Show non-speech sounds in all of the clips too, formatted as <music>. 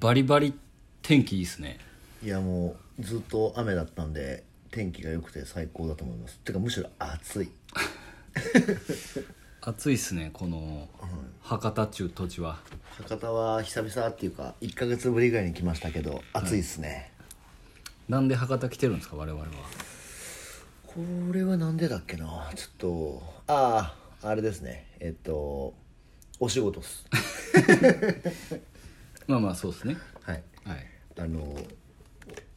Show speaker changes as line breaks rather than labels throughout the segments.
バリバリ天気いいっすね
いやもうずっと雨だったんで天気が良くて最高だと思いますてかむしろ暑い
暑いっすねこの博多中土地は
博多は久々っていうか1ヶ月ぶりぐらいに来ましたけど暑いっすね、
なんで博多来てるんですか我々は
これはなんでだっけなちょっとあああれですねえっとお仕事っす
まあまあそうですね
はい
はい
あの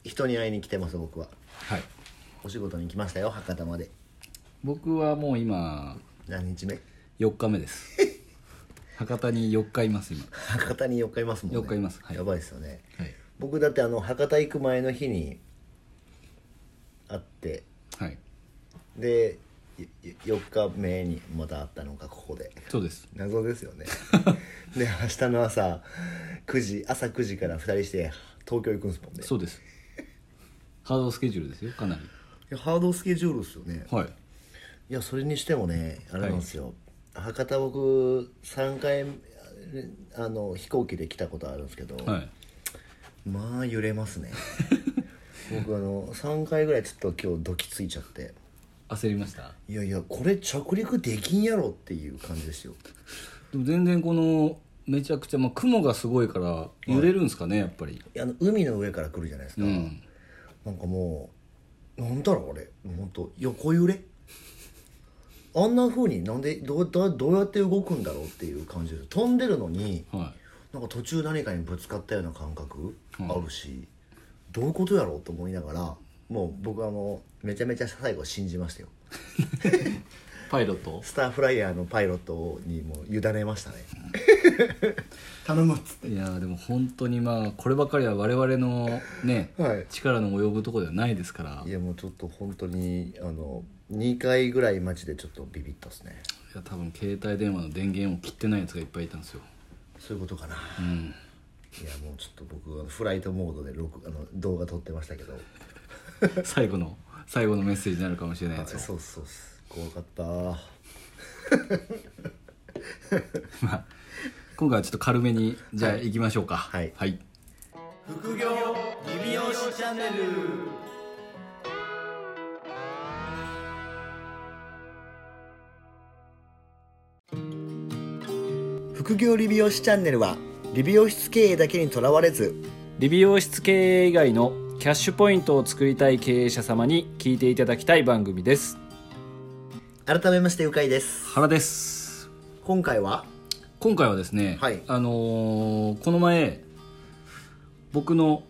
人に会いに来てます僕は
はい
お仕事に来ましたよ博多まで
僕はもう今
何日目
4日目です博多に4日います今
博多に4日いますもんね
4日いますはい
やばいですよね
はい、
僕だってあの博多行く前の日に会って
はい、
でよよ4日目にまた会ったのがここで
そうです
謎ですよねで明日の朝9時朝9時から2人して東京行くんですもんね
そうですハードスケジュールですよかなり
いやハードスケジュールですよね
はい
いやそれにしてもねあれなんですよ、博多僕3回あの飛行機で来たことあるんですけど、
はい
まあ揺れますね僕あの3回ぐらいちょっと今日ドキついちゃって
焦りました
いやいやこれ着陸できんやろっていう感じですよ
でも全然このめちゃくちゃ、まあ、雲がすごいから揺れるんですかね、やっぱり
いやあの海の上から来るじゃないですか、
うん
なんかもうなんだろうあれ本当横揺れあんな風になんでどうどうどうやって動くんだろうっていう感じで飛んでるのに
は
なんか途中何かにぶつかったような感覚あるし、どういうことやろうと思いながらもう僕はもうめちゃめちゃ最後信じましたよ
いパイロット
スターフライヤーのパイロットにもう委ねましたね頼むっつって
いやーでも本当にまあこればかりは我々のね、
はい
力の及ぶところではないですから
い
い
やもうちょっと本当にあの2回ぐらい街でちょっとビビったっすね
や多分携帯電話の電源を切ってないやつがいっぱいいたん
<laughs>
ですよ
そういうことかな、
うん
いやもうちょっと僕あのフライトモードで録あの動画撮ってましたけど
最後の最後のメッセージになるかもしれないやつを
そうそうっす怖かった
まあ今回はちょっと軽めにじゃあ行きましょうか
はい
はい、
副業リビオシチャンネル副業理美容師チャンネルは理美容室経営だけにとらわれず
理美容室経営以外のキャッシュポイントを作りたい経営者様に聞いていただきたい番組です
改めましてうかいです
原です
今回は
今回はですね、
はい
あのーこの前僕の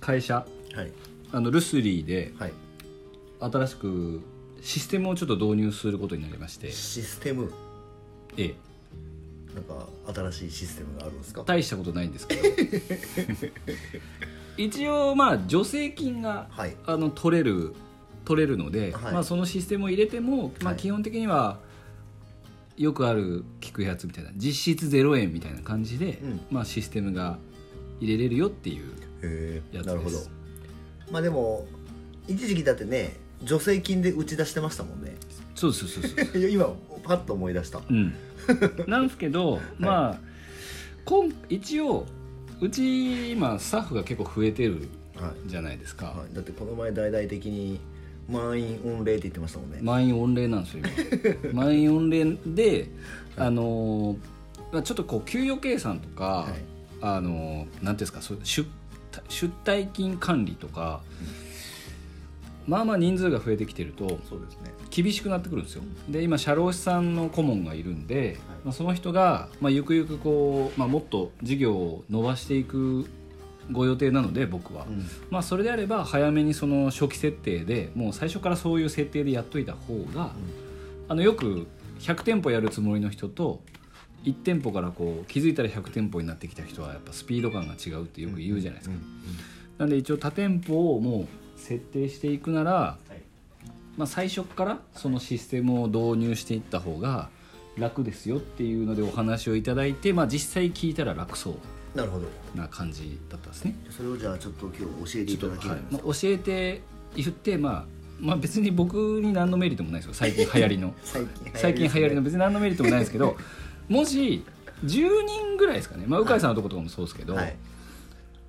会社
はい
あのルスリーで
はい
新しくシステムをちょっと導入することになりまして、
システム
ええ、
なんか新しいシステムがあるんですか
大したことないんです <laughs> けど一応まあ助成金が
はい
あの取れる取れるので、
はい
まあ、そのシステムを入れても、まあ、
はい
基本的にはよくある聞くやつみたいな実質0円みたいな感じで、
うん
まあ、システムが入れれるよっていう
へえ
やつです
なるほどまあでも一時期だってね助成金で打ち出してましたもんね <laughs>
そうそうそうそう、
いや今パッと思い出した
うん、なんですけど、まあ今一応うち今スタッフが結構増えてる
はい
じゃないですか、
はい、だってこの前大々的に満員御礼って言ってましたもんね、
満員御礼なんですよ
<laughs>
今満員御礼であのーまあちょっとこう給与計算とか、
はい
あのーなんていうんですかそう出出退勤管理とか、まあまあ人数が増えてきてると
そうですね
厳しくなってくるんですよで今社労士さんの顧問がいるんで、まあ、その人が、まあ、ゆくゆくこう、まあ、もっと事業を伸ばしていくご予定なので僕は、
うん
まあ、それであれば早めにその初期設定でもう最初からそういう設定でやっといた方が、あのよく100店舗やるつもりの人と1店舗からこう気づいたら100店舗になってきた人はやっぱスピード感が違うってよく言うじゃないですか、なんで一応多店舗をもう設定していくなら、まあ、最初からそのシステムを導入していった方が楽ですよっていうのでお話をいただいて、まあ、実際聞いたら楽そう
なるほど
な感じだったんですね
それをじゃあちょっと今日教えていただけるんです
ま
か
あ、教えて言って、まあ、まあ別に僕に何のメリットもないですよ最近流行り
<laughs>
の
最近
最近流行りの
で
別
す
に何のメリットもない
<laughs>
ですけどもし10人ぐらいですかねまあ鵜飼、さんのとことかもそうですけど、
ねはい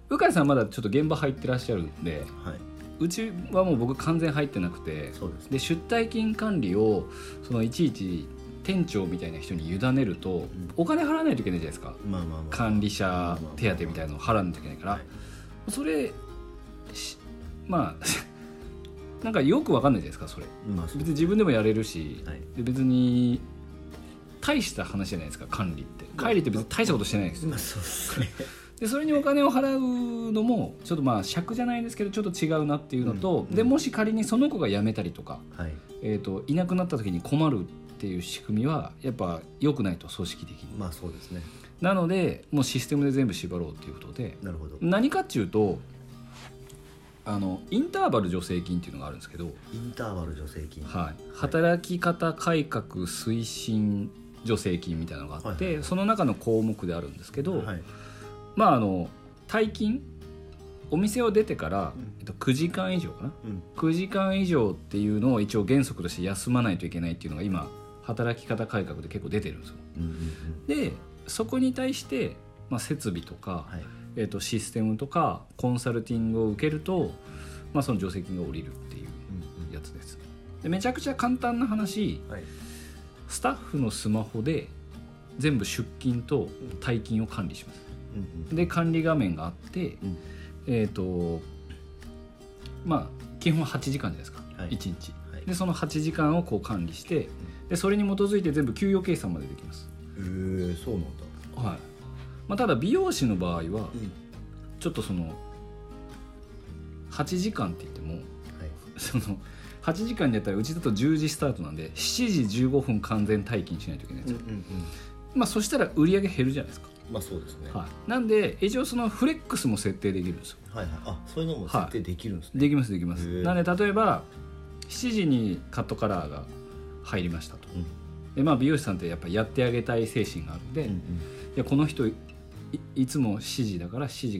鵜飼さんまだちょっと現場入ってらっしゃるんで
はいう
ちはもう僕完全入ってなくて
そうですね
で出退勤管理をそのいちいち店長みたいな人に委ねると
ん
お金払わないといけないじゃないですか
まあまあまあ
管理者手当みたいなのを払わないといけないから
はい
それしまあ <laughs> なんかよくわかんないじゃないですかそれ
まあそう
別に自分でもやれるし
はい
で別に大した話じゃないですか管理って管理って別に大したことしてないですよ
まあそうですね
でそれにお金を払うのもちょっとまあ尺じゃないですけどちょっと違うなっていうのと、
うん
でもし仮にその子が辞めたりとか、
はい
えー、といなくなった時に困るっていう仕組みはやっぱ良くないと組織的に、
まあそうですね
なのでもうシステムで全部縛ろうっていうことで
なるほどイ
何かっていうとあのインターバル助成金っていうのがあるんですけど、
ンターバル助成金
はい、働き方改革推進助成金みたいなのがあって、
はいはいはい
その中の項目であるんですけど、
はい
まああの退勤お店を出てから、
うん
えっと、9時間以上かな
うん
9時間以上っていうのを一応原則として休まないといけないっていうのが今働き方改革で結構出てるんですよ
うんうんうん
でそこに対して、まあ、設備とか、
はい
えっと、システムとかコンサルティングを受けると、まあ、その助成金が下りるっていう
うん
やつですでめちゃくちゃ簡単な話
うんはい
スタッフのスマホで全部出勤と退勤を管理します
うんうん
で管理画面があって、
うん
えっ、とまあ基本は8時間じゃないですか、
はい
一1日
はい
でその8時間をこう管理してでそれに基づいて全部給与計算までできます、
えーそうなんだ
はいまあ、ただ美容師の場合は
うん
ちょっとその8時間って言っても
はい
その8時間でやったらうちだと10時スタートなんで7時15分完全退勤しないといけないんですよ、
うんうん
まあそしたら売り上げ減るじゃないですか、
まあそうですね
はい、なんで一応そのフレックスも設定できるんですよ
はいはいあそういうのも設定できるんですね
できますできます
へー
なので例えば7時にカットカラーが入りましたと
うん
でまあ美容師さんってやっぱやってあげたい精神があるんで、
うん
いやこの人いいつも7時だから7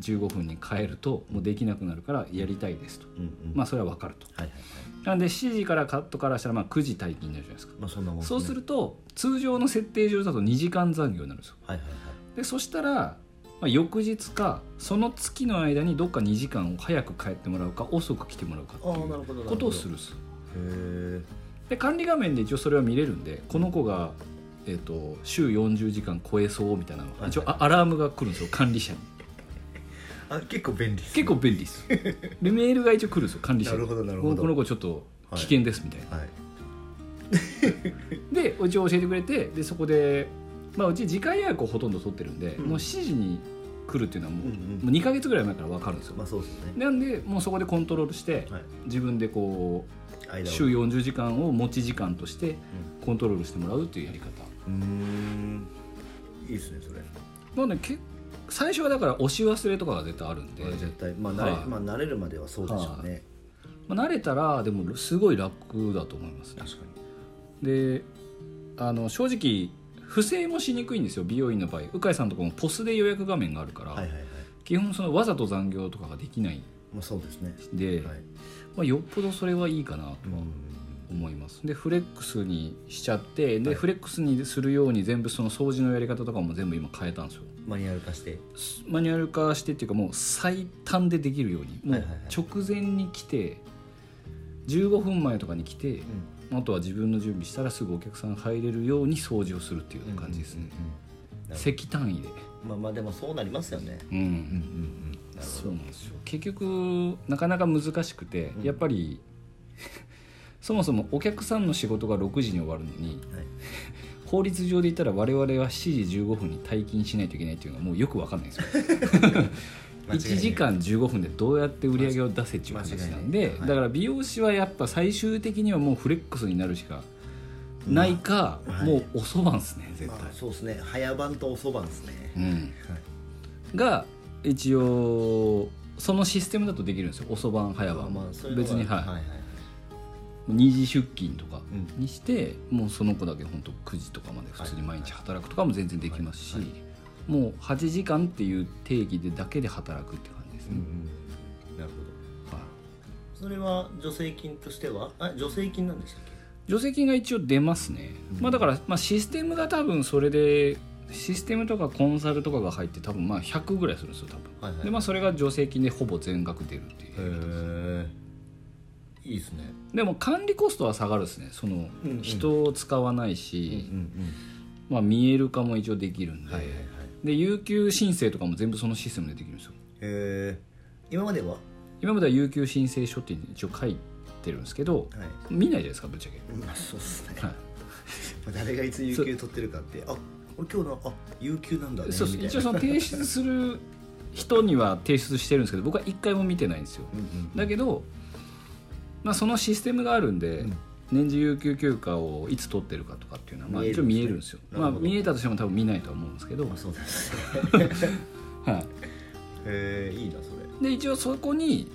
時15分に変えるともうできなくなるからやりたいですと、
うんうんうん
まあそれは分かると
はいはいはい
なんで7時からカットカラーしたらまあ9時退勤になるじゃないですか
まあそんなもんね
そうすると通常の設定上だと2時間残業になるんですよ
はいはいはい
でそしたら、まあ、翌日かその月の間にどっか2時間を早く帰ってもらうか遅く来てもらうかって
ああ
い
な
う
るほどなるほど
ことをするんですよ
へえ
で管理画面で一応それは見れるんでこの子が、えー、と週40時間超えそうみたいなのが一応あアラームが来るんですよ管理者に
あ結構便利です
結構便利です
<laughs>
でメールが一応来るんですよ管理者
な
に
るほどなる
こ
ほ
の
ど
この子ちょっと危険ですみたいな、
はい
で一応教えてくれてでそこで、まあ、うち次回予約をほとんど取ってるんで、
うん
もう7時に来るっていうのはもう,、
うんうん
もう2か月ぐらい前から分かるんですよ、
まあそうですね
なんでもうそこでコントロールして、
はい
自分でこ
間
う
を
週40時間を持ち時間としてコントロールしてもらうっていうやり方
うーんいいですねそれ
なんでけ最初はだから押し忘れとかが絶対あるんで、
まあ絶対まあ慣れ,、
はい
まあ、慣れるまではそうでしょうね、
まあ、慣れたらでもすごい楽だと思いますね
確か
であの正直不正もしにくいんですよ美容院の場合鵜飼さんのとこもポスで予約画面があるから、
はいはいはい
基本そのわざと残業とかができないん
まあそうですね
で、
はい
まあ、よっぽどそれはいいかなと
うん
は思いますでフレックスにしちゃってで、
はい
フレックスにするように全部その掃除のやり方とかも全部今変えたんですよ
マニュアル化して
すマニュアル化してっていうかもう最短でできるようにも
はいうはいはい
直前に来て15分前とかに来て
う
あとは自分の準備したらすぐお客さん入れるように掃除をするっていう感じですね、
うん
石単位で
まあまあでもそうなりますよね
うん、
うんうんなる
そ
ほ
う
ど
なんですよ結局なかなか難しくて、
うん
やっぱり <laughs> そもそもお客さんの仕事が6時に終わるのに
はい
法律上で言ったら我々は7時15分に退勤しないといけないっていうのはもうよくわかんないですよ
<laughs> 間違いない
1時間15分でどうやって売り上げを出せっていう話なんで、
間違いないはい
だから美容師はやっぱ最終的にはもうフレックスになるしかないか、
まあはい
もう遅番っすね絶対、
まあそうですね早番と遅番ですね
うん
はい
が一応そのシステムだとできるんですよ遅番早
まあ
番、
まあそういうの
別にはい、
はいはい
2時出勤とか
うん
にして、もうその子だけ本当9時とかまで普通に毎日働くとかも全然できますし、
はい
もう8時間っていう定義でだけで働くって感じです
うん
ね、
うんなるほど
はい
それは助成金としてはあ助成金なんでしたっけ
助成金が一応出ますね、
うん
まあだから、まあ、システムが多分それでシステムとかコンサルとかが入って多分まあ100ぐらいするんですよ多分、
はいはい
でまあそれが助成金でほぼ全額出るっていう、
へえいいですね
でも管理コストは下がるですねその
うんうん
人を使わないし、まあ、見える化も一応できるんで、
はいはいはい
で有給申請とかも全部そのシステムでできるんですよ
へえ今まではは
今までは有給申請書って一応書いてるんですけど
い
見ないじゃないですかぶっちゃけ、
まあそうっすね
はい
誰がいつ有給取ってるかってあ俺今日のあ有給なんだね
そう
みたい
一
な
応その提出する人には提出してるんですけど僕は一回も見てないんですよ
うんうん
だけど、まあ、そのシステムがあるんで、
うん
年次有給休暇をいつ取ってるかとかっていうのは、まあ、
見える
一応見えるんですよ
なる
ま
ほ
あ、
ど
見えたとしても多分見ないとは思うんですけど、
まあそうですね
は
へえいいなそれ
い、で一応そこに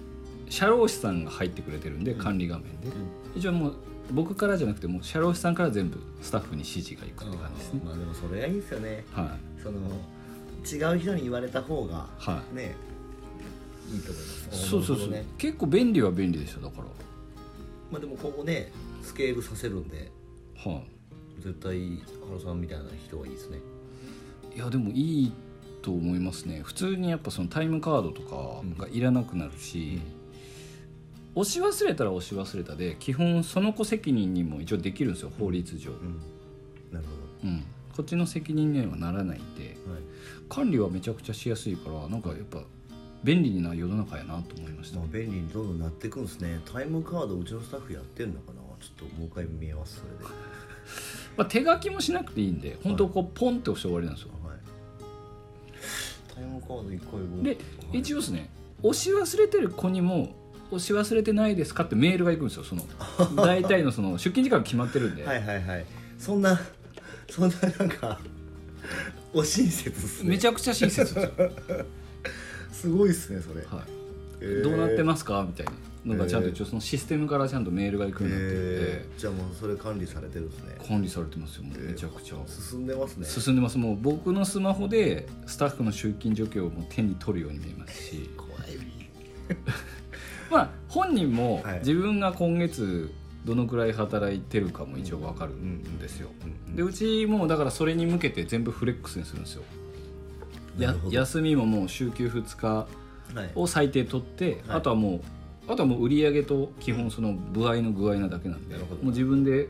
社労士さんが入ってくれてるんで、
うん
管理画面で
う
一応もう僕からじゃなくてもう社労士さんから全部スタッフに指示がいくって感じですね
まあでもそれがいいですよね
はい
その違う人に言われた方が
は
ねいいと思いま
い
す
そうそうそう、
なるほどね
結構便利は便利でしただから
まあでもここねスケールさせるんで
はい
絶対原さんみたいな人はいいですね
いやでもいいと思いますね普通にやっぱそのタイムカードとかがいらなくなるし、押し忘れたら押し忘れたで基本その子責任にも一応できるんですよ法律上、
うんなる
うん、こっちの責任にはならないんで
ほどはい
管理はめちゃくちゃしやすいからなんかやっぱ便利な世の中やなと思いました、
まあ便利にどんどんなっていくんですねタイムカードうちのスタッフやってんのかなちょっともう一回見えますそれで
まあ、手書きもしなくていいんで本当こうポンって押して終わりなんですよ
はいタイムカード一回も
で一応ですね押し忘れてる子にも「押し忘れてないですか?」ってメールが行くんですよそ
<laughs>
の大体のその出勤時間が決まってるんで、
はいはいはいそんなそんななんかお親切っすね
めちゃくちゃ親切ですよ、
すごいっすねそれ、
はい
えー
どうなってますかみたいなのがちゃんと一応そのシステムからちゃんとメールが行くようになってるんで、
えーじゃあもうそれ管理されてるんですね
管理されてますよもう
えー
めちゃくちゃ、
進んでますね
進んでますもう僕のスマホでスタッフの出勤状況をもう手に取るように見えますし
怖い
まあ本人も
はい
自分が今月どのくらい働いてるかも一応わかるんですよ、
うん
でうちもだからそれに向けて全部フレックスにするんですよ
な
や
るほど
休みももう週休2日
はい
を最低取って、
はい
あとはもうあとはもう売り上げと基本その部合の具合なだけなんで、
なるほど
もう自分で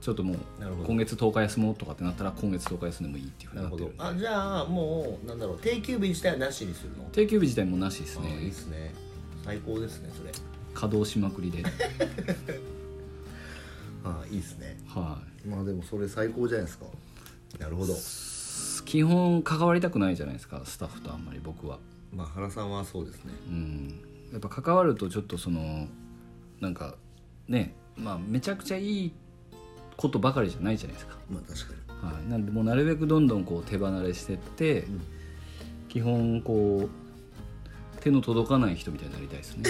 ちょっともう
なるほど
今月10日休もうとかってなったら今月10日休んでもいいっていうふう
な
に
る
なっ
ほ
てる
ど
んで
あじゃあもうなんだろう定休日自体はなしにするの
定休日自体もなしです
あーいい
ね
ですね最高ですねそれ
稼働しまくりで
あーいいですね
は
まあでもそれ最高じゃないですかなるほど
い基本関わりたくないじゃないですかスタッフとあんまり僕は
まあ原さんはそうですね
うんやっぱ関わるとちょっとそのなんかねまあめちゃくちゃいいことばかりじゃないじゃないですか
まあ確かに
はい、なんでもうなるべくどんどんこう手離れしてって、
ん
基本こう手の届かない人みたいになりたいですね、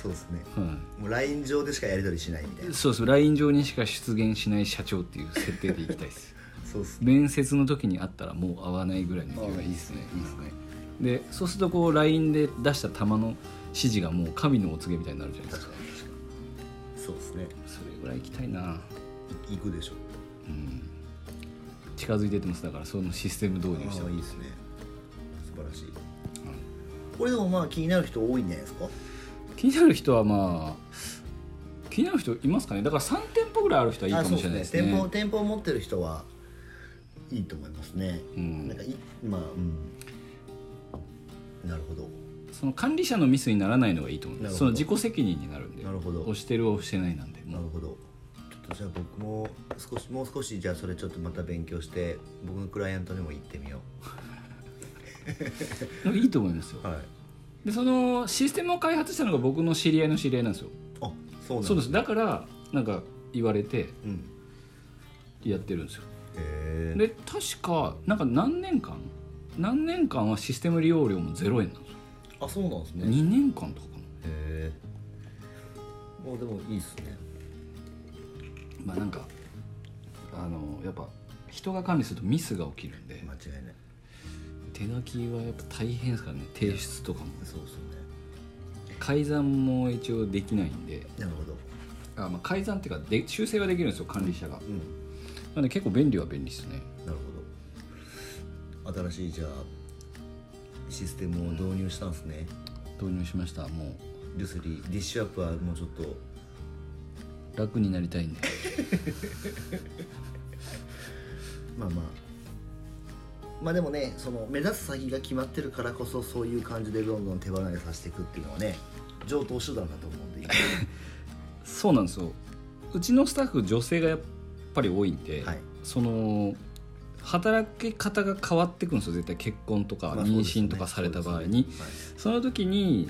そうですね
は
もう LINE 上でしかやり取りしないみたい
い、
な
そうそう LINE 上にしか出現しない社長っていう設定でいきたいです
そうっすね
面接の時に会ったらもう会わないぐらいの勢いがいいですねいいですねでそうするとこう LINE で出した球の指示がもう神のお告げみたいになるじゃないです
確
か
かに確かにそうですね
それぐらい行きたいない
行くでしょ
うん近づいてってますだからそのシステム導入して
あ
も
あ
い
い
いで
いですすね素晴らしいこれでもまあ気になる人多いんじゃないですか
気になる人はまあ気になる人いますかねだから3店舗ぐらいある人はいいかもしれないですね
あそうっ店舗店舗を持ってる人はいいと思いますね、
うん
なんかいまあうんなるほど
その管理者のミスにならないのがいいと思いま
なる
す
ほど
その自己責任になるんで
なるほど
押してる押してないなんでも
なる
う
ほどちょっとじゃあ僕も少しもう少しじゃあそれちょっとまた勉強して僕のクライアントにも行ってみよ
いいと思いますよ
うはい
でそのシステムを開発したのが僕の知り合いの知り合いなんですよ
あそうなん
そうですすだからなんか言われて
うん
やってるんですよ
へえ
で確かなんか何年間何年間はシステム利用料も0円なんですよ
あそうなんですねへ
2年間とかかな
えもうでもいいっすね
まあなんかあのやっぱ人が管理するとミスが起きるんで、
間違いない
手書きはやっぱ大変ですからね提出とかも
そうっすね
改ざんも一応できないんで
なるほど
あ、まあ、改ざんっていうかで修正はできるんですよ管理者が
うん
なんで結構便利は便利ですね
なるほど新しいじゃあシステムを導入したんですね
導入しましたも
ルスリーディッシュアップはもうちょっと
う楽になりたいんで
まあまあまあでもねその目指す先が決まってるからこそそういう感じでどんどん手放れさせていくっていうのはね上等手段だと思うんで
<laughs> そうなんですようちのスタッフ女性がやっぱり多いんで、
はい
その働き方が変わってくるんですよ絶対結婚とか
まあ
妊娠とかされた場合に、
そうです
その時に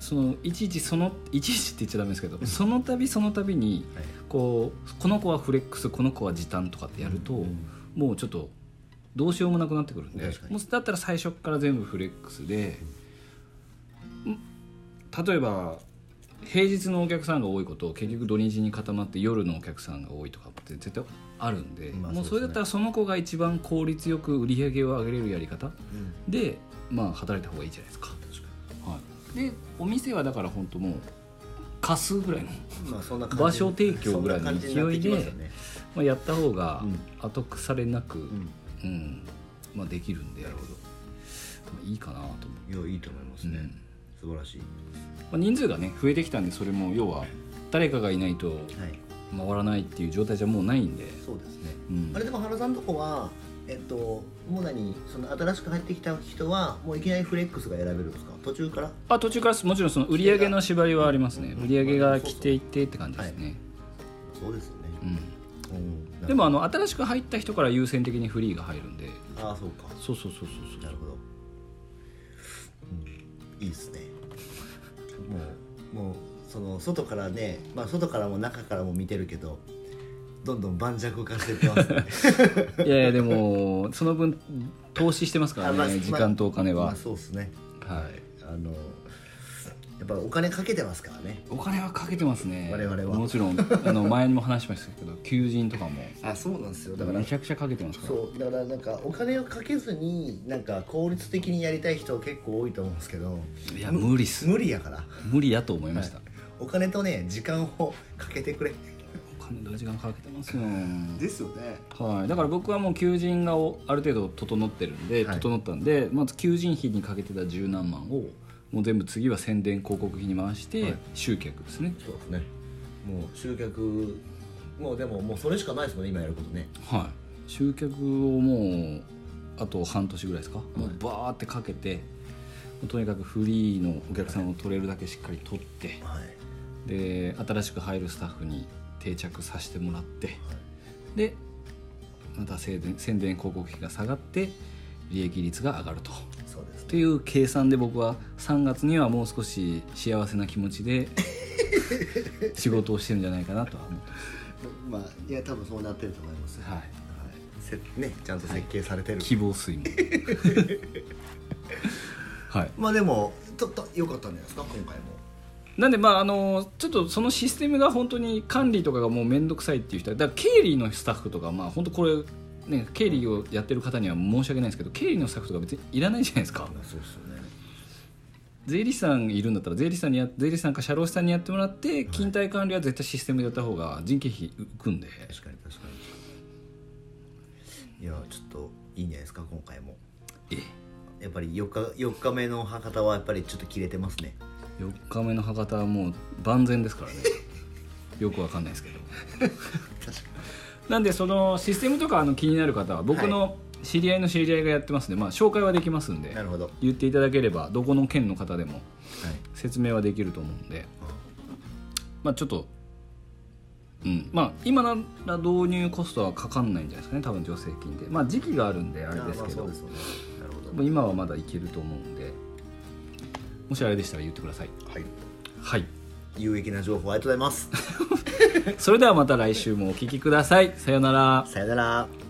そのいちいちその <laughs> いちいちって言っちゃダメですけどその度その度に
ねはいはい
こうこの子はフレックスこの子は時短とかってやると、
うん
もうちょっとどうしようもなくなってくるんで
確かに
もうだったら最初から全部フレックスで、ん例えば平日のお客さんが多いことを結局土日に固まって夜のお客さんが多いとかって絶対あるんで,、
まあ
もう
そ
そうれ
ですね
だったらその子が一番効率よく売り上げを上げれるやり方
うん
で、まあ、働いた方がいいじゃないですか。
確か
はい、でお店はだから本当もう貸すぐらいの、
にまあそんな感じ
場所提供ぐらいの勢いで
そんな感じになってきますよね
まあ、やった方が
うん
後腐れなく、
うん
うんまあ、できるんで
なるほ
まあいいかなと思って、
どいやいいと思いますね、
うん
素晴らしい
まあ、人数がね増えてきたんでそれも要は誰かがいないと
はい
回らないっていう状態じゃもうないんで、
そうですね
うん
あれでも原さんとこはえっともう何その新しく入ってきた人はもういきなりフレックスが選べるんですか途中から
あ途中からもちろんその売り上げの縛りはありますね
うん
売り上げが来ていってって感じですね、
そうですよね、うん
うん、でもあの新しく入った人から優先的にフリーが入るんで
ああそうか
そうそうそうそうそう
なるほど、うん、いいですねもうもうその外からねまあ外からも中からも見てるけどどんどん盤石化していって
<laughs>
ますね
いやいやでもその分投資してますから
あ <laughs> まあ
ね時間とお金
ま
は
あ、そうですね
はい
あのやっぱお金かけてますからね
お金はかけてますね
我々は
もちろんあの前にも話しましたけど求人とかも
あそうなんですよ
めちゃくちゃかけてますから
そうだからなんかお金をかけずになんか効率的にやりたい人結構多いと思うんですけど
いや無理っす
無理やから
無理やと思いました、
お金とね時間をかけてくれ
お金と時間かけてますよ
ですよね
はい、だから僕はもう求人がおある程度整ってるんで、
はい
整ったんでまず求人費にかけてた十何万をもう全部次は宣伝広告費に回して、
はい
集客ですね
そうですねもう集客もうでももうそれしかないですもんね今やることね
はい集客をもうあと半年ぐらいですか、もうバーってかけてもうとにかくフリーのお客さんを取れるだけしっかり取って、
はい
で新しく入るスタッフに定着させてもらって、でまた宣伝宣伝広告費が下がって利益率が上がると。
そうです
という計算で僕は3月にはもう少し幸せな気持ちで仕事をしてるんじゃないかなとは思ってます。
まあいや多分そうなってると思いますはい、
はい
<laughs> せねちゃんと設計されてる、
希望水門はい
まあでもちょっと良かったんじゃないですか今回も
なんでまああのちょっとそのシステムが本当に管理とかがもう面倒くさいっていう人はだから経理のスタッフとかまあ本当これね経理をやってる方には申し訳ないですけど経理のスタッフとか別にいらないじゃないですか
あそうですよね
税理士さんいるんだったら税理士さんにや税理士さんか社労士さんにやってもらって勤怠管理は絶対システムでやった方が人件費浮くんで
確かに確かにいやちょっといいんじゃないですか今回も
ええ
やっぱり4日4日目の博多はやっぱりちょっと切れてますね
4日目の博多はもう万全ですから <laughs> ねよくわかんないですけど
確か
なんでそのシステムとかあの気になる方は僕の知り合いの知り合いがやってますんで、まあ、紹介はできますんで
なるほど、はい、
言っていただければどこの県の方でも説明はできると思うんで、まあ、ちょっと、うんまあ、今なら導入コストはかかんないんじゃないですかね多分助成金で、まあ、時期があるんであれですけ
あまあそ
ど
うですよねなるほど
まあ今はまだいけると思うんでもしあれでしたら言ってください。
はい
はい
有益な情報ありがとうございます
それではまた来週もお聞きください。さようなら。
さよなら